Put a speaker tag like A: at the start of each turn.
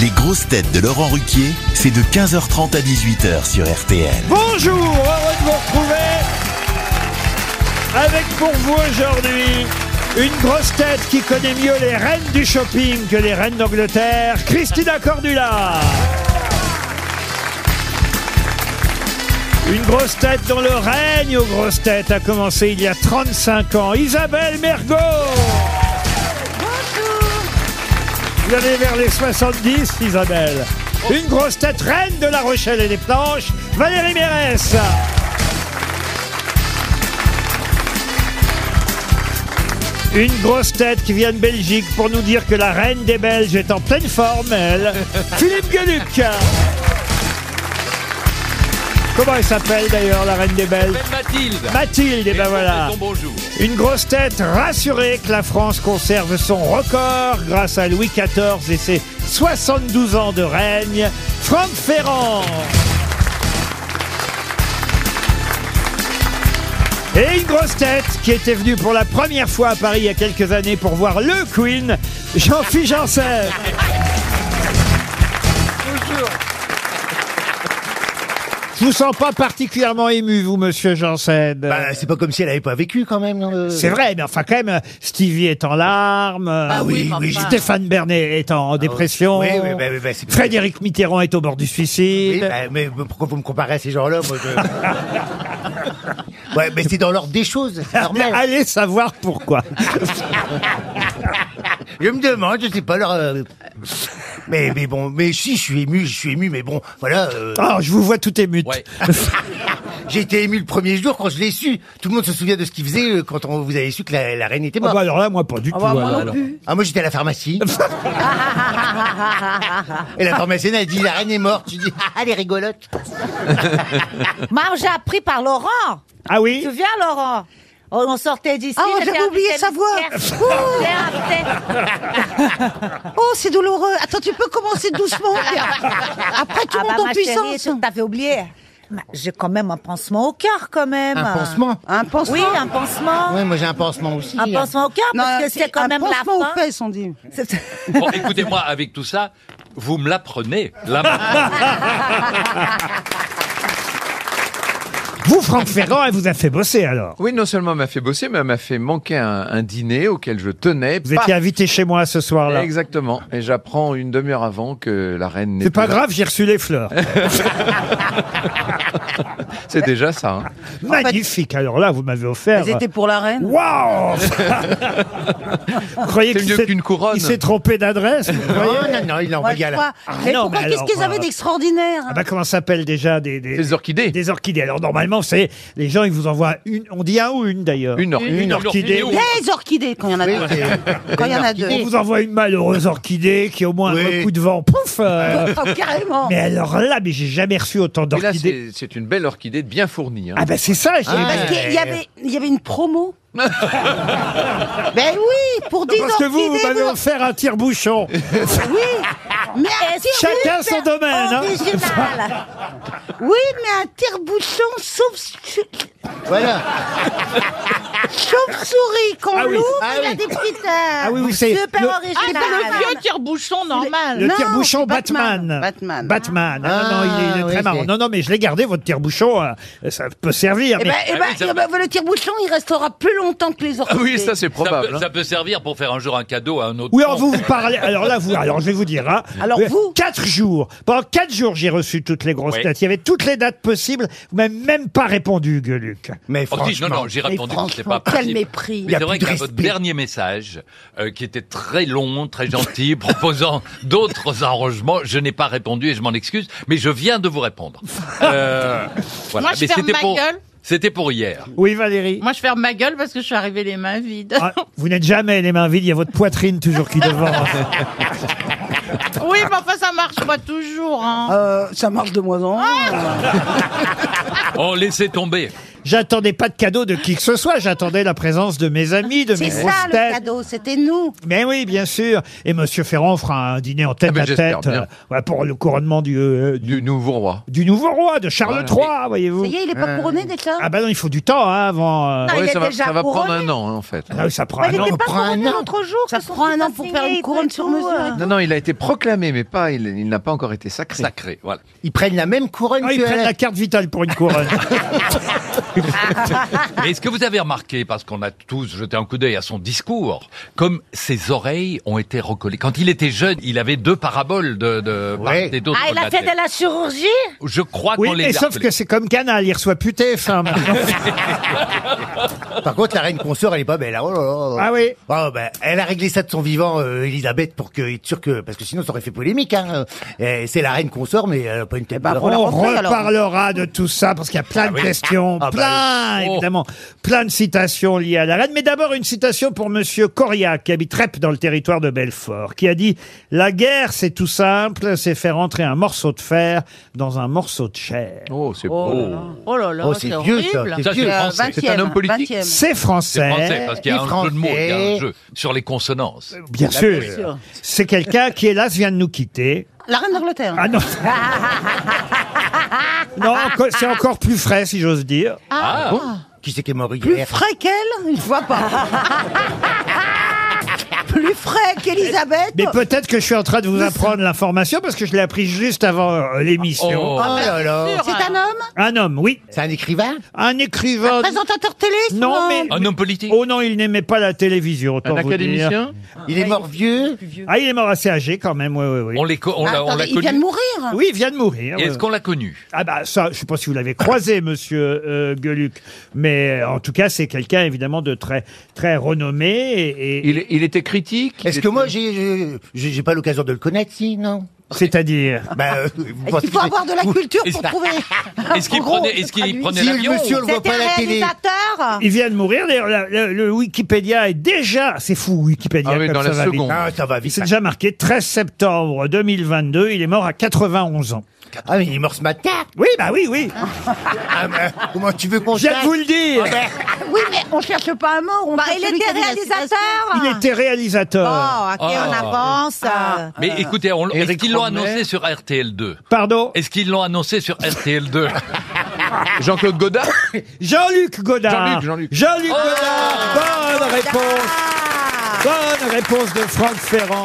A: Les grosses têtes de Laurent Ruquier, c'est de 15h30 à 18h sur RTL.
B: Bonjour, heureux de vous retrouver avec pour vous aujourd'hui une grosse tête qui connaît mieux les reines du shopping que les reines d'Angleterre, Christina Cordula. Une grosse tête dont le règne aux grosses têtes a commencé il y a 35 ans, Isabelle Mergot. Vous allez vers les 70, Isabelle. Une grosse tête reine de La Rochelle et des Planches, Valérie Mérès. Une grosse tête qui vient de Belgique pour nous dire que la reine des Belges est en pleine forme, elle. Philippe Gueluc. Comment elle s'appelle d'ailleurs, la reine des Belges
C: Mathilde.
B: Mathilde, et ben voilà.
C: bonjour.
B: Une grosse tête rassurée que la France conserve son record grâce à Louis XIV et ses 72 ans de règne, Franck Ferrand. Et une grosse tête qui était venue pour la première fois à Paris il y a quelques années pour voir le Queen, Jean-Philippe Janssen. Je vous sens pas particulièrement ému, vous, monsieur Janssen.
D: Bah, c'est pas comme si elle avait pas vécu quand même. non, le-
B: C'est vrai, mais enfin quand même, Stevie est en larmes. Ah
D: oui, oui, oui.
B: Stéphane Bernet est en dépression.
D: oui, oui, bah, oui, bah, c'est-
B: Frédéric Mitterrand est au bord du suicide.
D: Oui, bah, mais pourquoi vous me comparez à ces gens-là moi, je- Ouais, mais c'est dans l'ordre des choses, c'est
B: Mais
D: normal.
B: allez savoir pourquoi.
D: Je me demande, je sais pas leur. euh, Mais, mais bon, mais si, je suis ému, je suis ému, mais bon, voilà. euh,
B: Oh, je vous vois tout émute. Ah
C: Ouais.
D: J'ai été ému le premier jour quand je l'ai su. Tout le monde se souvient de ce qu'il faisait euh, quand on vous avez su que la, la reine était
B: Ah
D: morte.
B: bah alors là, moi, pas du tout. alors.
D: Ah, moi j'étais à la pharmacie. Et la pharmacienne a dit la reine est morte. Je dis ah, elle est rigolote.
E: Moi, j'ai appris par Laurent.
B: Ah
E: Tu
B: oui
E: te souviens, Laurent Oh, On on sortait d'ici.
F: Ah,
E: j'étais
F: j'avais oublié
E: invitée
F: de savoir.
E: mystère. J'étais invitée.
F: Oh, c'est douloureux. Attends, tu peux commencer doucement. Après, tu
E: Ah bah,
F: montes en
E: ma chérie,
F: puissance.
E: tu t'avais oublié. Mais J'ai quand même un pansement au cœur, quand même.
D: Un pansement
F: Un pansement.
E: Oui, un pansement.
D: Ouais, moi j'ai Ah. un pansement aussi.
E: Un pansement au cœur, parce que c'est quand même
F: un
E: la
F: pansement
E: fin.
F: aux fesses, on dit.
E: C'est-
C: Bon, écoutez-moi, avec tout ça, vous me l'apprenez. Là,
B: Vous, Franck Ferrand, elle vous a fait bosser alors.
G: Oui, non seulement elle m'a fait bosser, mais elle m'a fait manquer un, un dîner auquel je tenais.
B: Vous
G: Paf
B: étiez invité chez moi ce soir-là.
G: Exactement. Et j'apprends une demi-heure avant que la reine n'est
B: C'est pas
G: plus là.
B: grave, j'ai reçu les fleurs.
G: C'est déjà ça. hein.
B: Magnifique. Alors là, vous m'avez offert.
F: Elles étaient pour la reine.
B: Waouh Vous croyez
G: C'est
B: qu'il
G: mieux
B: s'est-
G: qu'une couronne.
B: Il s'est trompé d'adresse vous
D: Oh,
B: croyez
D: non, non, il l'a
F: Ouais,
D: envoyé
F: je
D: à la-
F: crois.
B: Ah,
F: Mais
B: non,
F: pourquoi
B: mais
F: Qu'est-ce
B: alors, euh,
F: qu'ils avaient
B: voilà.
F: d'extraordinaire hein
B: Ah bah comment ça s'appelle déjà des, des,
G: Les orchidées.
B: Des orchidées. Alors normalement, c'est les gens, ils vous envoient une. On dit un ou une d'ailleurs.
G: Une or-
B: une
G: une
B: orchidée.
C: orchidée ou-
F: Les orchidées, quand il y en a
D: Oui,
F: deux.
D: c'est-
F: Quand il y en a
D: orchidée.
B: On vous envoie une malheureuse orchidée qui au moins
D: Oui.
B: un coup de vent, pouf. euh,
F: Oh, carrément.
B: mais alors là, mais j'ai jamais reçu autant
G: Et là,
B: d'orchidées.
G: c'est c'est une belle orchidée bien fournie. hein.
B: Ah bah c'est ça. j'ai-
D: Ah,
F: Parce qu'il y avait, il y avait une promo. ben oui, pour 10
B: Parce que vous, vous
F: orchidées.
B: m'avez offert un tire-bouchon.
F: vous- Oui, mais un tire-
B: Chacun son domaine. hein.
F: original. Oui, mais un tire-bouchon sauf su-
D: Voilà.
F: chauve-souris qu'on
B: Ah oui.
F: l'ouvre,
D: Ah
F: il y a
D: oui.
F: des petites.
B: Ah oui, oui, c'est
F: Super
B: le-
F: original.
H: Ah, bah, le vieux tire-bouchon normal.
B: Le
F: Non,
B: tire-bouchon
F: c'est
B: Batman.
F: Batman.
B: Batman.
F: Batman.
B: Ah, non, non, il est, il est
D: Ah,
B: très
D: oui,
B: marrant.
D: c'est-
B: Non, non, mais je l'ai gardé, votre tire-bouchon. euh, ça peut servir.
F: Eh
B: mais-
F: ben, eh ben,
C: Ah oui, ça-
F: eh ben, le tire-bouchon, il restera plus longtemps que les
G: Ah
F: orchidées.
G: oui, ça c'est
C: ça,
G: probable.
C: peut,
G: hein.
C: ça peut servir pour faire un jour un cadeau à un autre.
B: Oui,
C: temps.
B: alors vous, vous parlez. Alors là, vous, alors je vais vous dire. Hein,
F: Alors
B: Euh,
F: vous
B: Quatre jours. Pendant quatre jours, j'ai reçu toutes les grosses
C: Oui.
B: dates. Il y avait toutes les dates possibles. Vous m'avez même pas répondu, Gueuluc.
D: Mais
C: Oh, si,
D: franchement,
C: non, non, j'ai
F: Mais
C: répondu, c'est
F: franchement,
C: pas
F: Oh, quel
C: possible.
F: mépris.
D: Il y
C: Mais
D: a
C: c'est vrai
D: plus
C: que
D: de
C: dans votre
D: respect.
C: dernier message, euh, qui était très long, très gentil, proposant d'autres arrangements, je n'ai pas répondu et je m'en excuse, mais je viens de vous répondre. Euh, voilà.
H: Moi, je
C: mais
H: ferme
C: c'était
H: ma
C: pour,
H: gueule.
C: c'était pour hier.
B: Oui, Valérie.
H: Moi, je ferme ma gueule parce que je suis arrivée les mains vides.
B: Ah, vous n'êtes jamais les mains vides. Il y a votre poitrine toujours qui devant.
H: Oui, mais enfin, ça marche pas toujours. hein.
F: Euh, ça marche de moins en moins.
C: On laissait tomber.
B: J'attendais pas de cadeau de qui que ce soit. J'attendais la présence de mes amis, de mes
F: C'est
B: grosses
F: ça le
B: têtes.
F: cadeau, c'était nous.
B: Mais oui, bien sûr. Et Monsieur Ferrand fera un dîner en tête
G: Ah ben,
B: à
G: j'espère
B: tête
G: bien.
B: euh, voilà, pour le couronnement du, euh, du,
G: Du nouveau roi.
B: du nouveau roi, de Charles
G: Voilà.
B: III, voyez-vous.
F: Ça y est, hein il est pas couronné déjà
B: Ah bah non, il faut du temps hein, avant. euh,
F: Ah, il
G: Ouais,
F: est
G: ça va,
F: déjà
G: ça va prendre
F: couronné.
G: un an, hein, en fait.
B: ah oui, ça prend
F: Ouais,
B: un
F: il
B: an.
F: n'était pas
D: ça prend
F: couronné
D: un an.
F: l'autre jour.
E: Ça
F: que son
E: prend un
F: fils
E: an
F: a
E: pour
F: signé
E: faire une
F: et
E: couronne
F: tout,
E: sur
F: euh.
E: mesure.
G: Non, non, il a été proclamé, mais pas, il, il n'a pas encore été sacré.
C: Sacré, voilà.
D: Ils prennent la même couronne
B: Ah, ils
D: que
B: prennent la carte vitale pour une couronne.
C: Mais est-ce que vous avez remarqué, parce qu'on a tous jeté un coup d'œil à son discours, comme ses oreilles ont été recollées. Quand il était jeune, il avait deux paraboles de, de part
D: Ouais.
C: et d'autre
E: Ah, il
C: de
E: a
C: la
E: fait
C: tête.
E: de la chirurgie
C: Je crois
B: oui,
C: qu'on les
B: mais
C: a
B: sauf que
C: appelées.
B: c'est comme Canal, il reçoit plus TF1. maintenant.
D: Par contre, la reine consort, elle est pas belle. hein. Oh là là là.
B: Ah oui.
D: Oh, ben, elle a réglé ça de son vivant, euh, Elisabeth, pour que être sûr que parce que sinon ça aurait fait polémique. Hein. Euh, C'est la reine consort, mais elle a pas une tête. de
B: On
D: reine.
B: reparlera de tout ça parce qu'il y a plein de questions,
D: Ah bah
B: plein,
C: oui. Oh.
B: évidemment, plein de citations liées à la reine. Mais d'abord, une citation pour Monsieur Coria, qui habite Rep dans le territoire de Belfort, qui a dit « La guerre, c'est tout simple, c'est faire entrer un morceau de fer dans un morceau de chair.
G: Oh, c'est
H: Oh là
G: beau.
H: là. Oh là là,
D: Oh, c'est
H: c'est
D: vieux, ça.
H: horrible.
D: C'est
C: Ça, c'est
D: vieux.
C: français. C'est un homme politique.
B: C'est
C: C'est
B: français.
C: français, parce qu'il y a
D: les
C: un jeu de mots, il y a un
D: Français.
C: jeu sur les consonances.
B: Bien sûr.
H: sûr.
B: C'est quelqu'un qui, hélas, vient de nous quitter.
F: La reine d'Angleterre.
B: Ah non. non, enco- c'est encore plus frais, si j'ose dire.
C: Ah,
D: Qui c'est qui est mort
F: Plus
D: hier
F: frais qu'elle Je vois pas. Plus frais qu'Elisabeth
B: Mais peut-être que je suis en train de vous apprendre l'information parce que je l'ai appris juste avant euh, l'émission.
C: Oh.
D: Oh là là.
F: C'est
H: hein.
F: un homme
B: Un homme, oui.
D: C'est un écrivain
B: Un écrivain.
F: Présentateur télé
B: Non,
F: souvent
B: mais.
C: un homme politique.
B: Oh non, il n'aimait pas la télévision, autant
G: Un
B: vous dire.
G: académicien
D: Il est mort vieux
B: Ah, il est mort assez âgé quand même, oui, oui, oui.
C: On les co- on
F: Bah,
C: l'a on
F: attendez,
C: l'a
F: il vient de
C: connu.
F: mourir.
B: Oui, il vient de mourir.
C: Et
B: oui,
C: Est-ce qu'on l'a connu
B: Ah bah ça, je sais pas si vous l'avez croisé, monsieur euh, Gueluc, mais euh, en tout cas c'est quelqu'un évidemment de très très renommé et, et-
G: il, il était critique il
D: Est-ce que
G: était-
D: moi j'ai j'ai- j'ai j'ai pas l'occasion de le connaître si non
B: c'est-à-dire.
D: Ben, euh, vous
F: Est-ce
D: pensez
F: qu'il faut
D: que-
F: avoir de la
D: vous-
F: culture
C: Est-ce-
F: pour trouver
C: Est-ce qu'il
F: Ah, En gros,
C: prenait, est-ce
F: traduit.
C: qu'il prenait
D: Si
C: l'avion
D: le monsieur
C: ou-
D: le voit
F: C'était
D: pas à la télé.
F: réalisateur
B: Il vient de mourir. D'ailleurs, la- le, le Wikipédia est déjà, c'est fou Wikipédia
G: Ah oui,
B: comme
G: dans
B: ça
G: la
B: va vite.
G: seconde.
D: Ah, ça va
B: Il
D: vite.
B: s'est déjà marqué 13 septembre 2022. Il est mort à 91 ans.
D: Ah, mais il est mort ce matin.
B: Oui, bah oui, oui.
D: Ah, ben, comment tu veux qu'on
B: Je viens
D: sache
B: de vous le dire.
F: Oui, mais on cherche pas un mort. On
E: Bah,
F: cherche
E: il
F: celui qui
E: était
F: a dit la
E: réalisateur
F: bah.
B: Il était réalisateur.
E: Oh, ok, on
C: Ah.
E: avance.
C: Mais écoutez, on- est-ce
G: Éric
C: qu'ils l'ont
G: Rohmer.
C: annoncé sur RTL2
B: Pardon.
C: Est-ce qu'ils l'ont annoncé sur RTL2
G: Jean-Claude Godard
B: Jean-Luc Godard.
G: Jean-Luc, Oh. Jean-Luc.
B: Godard. Bonne réponse. Bonne réponse de Franck Ferrand.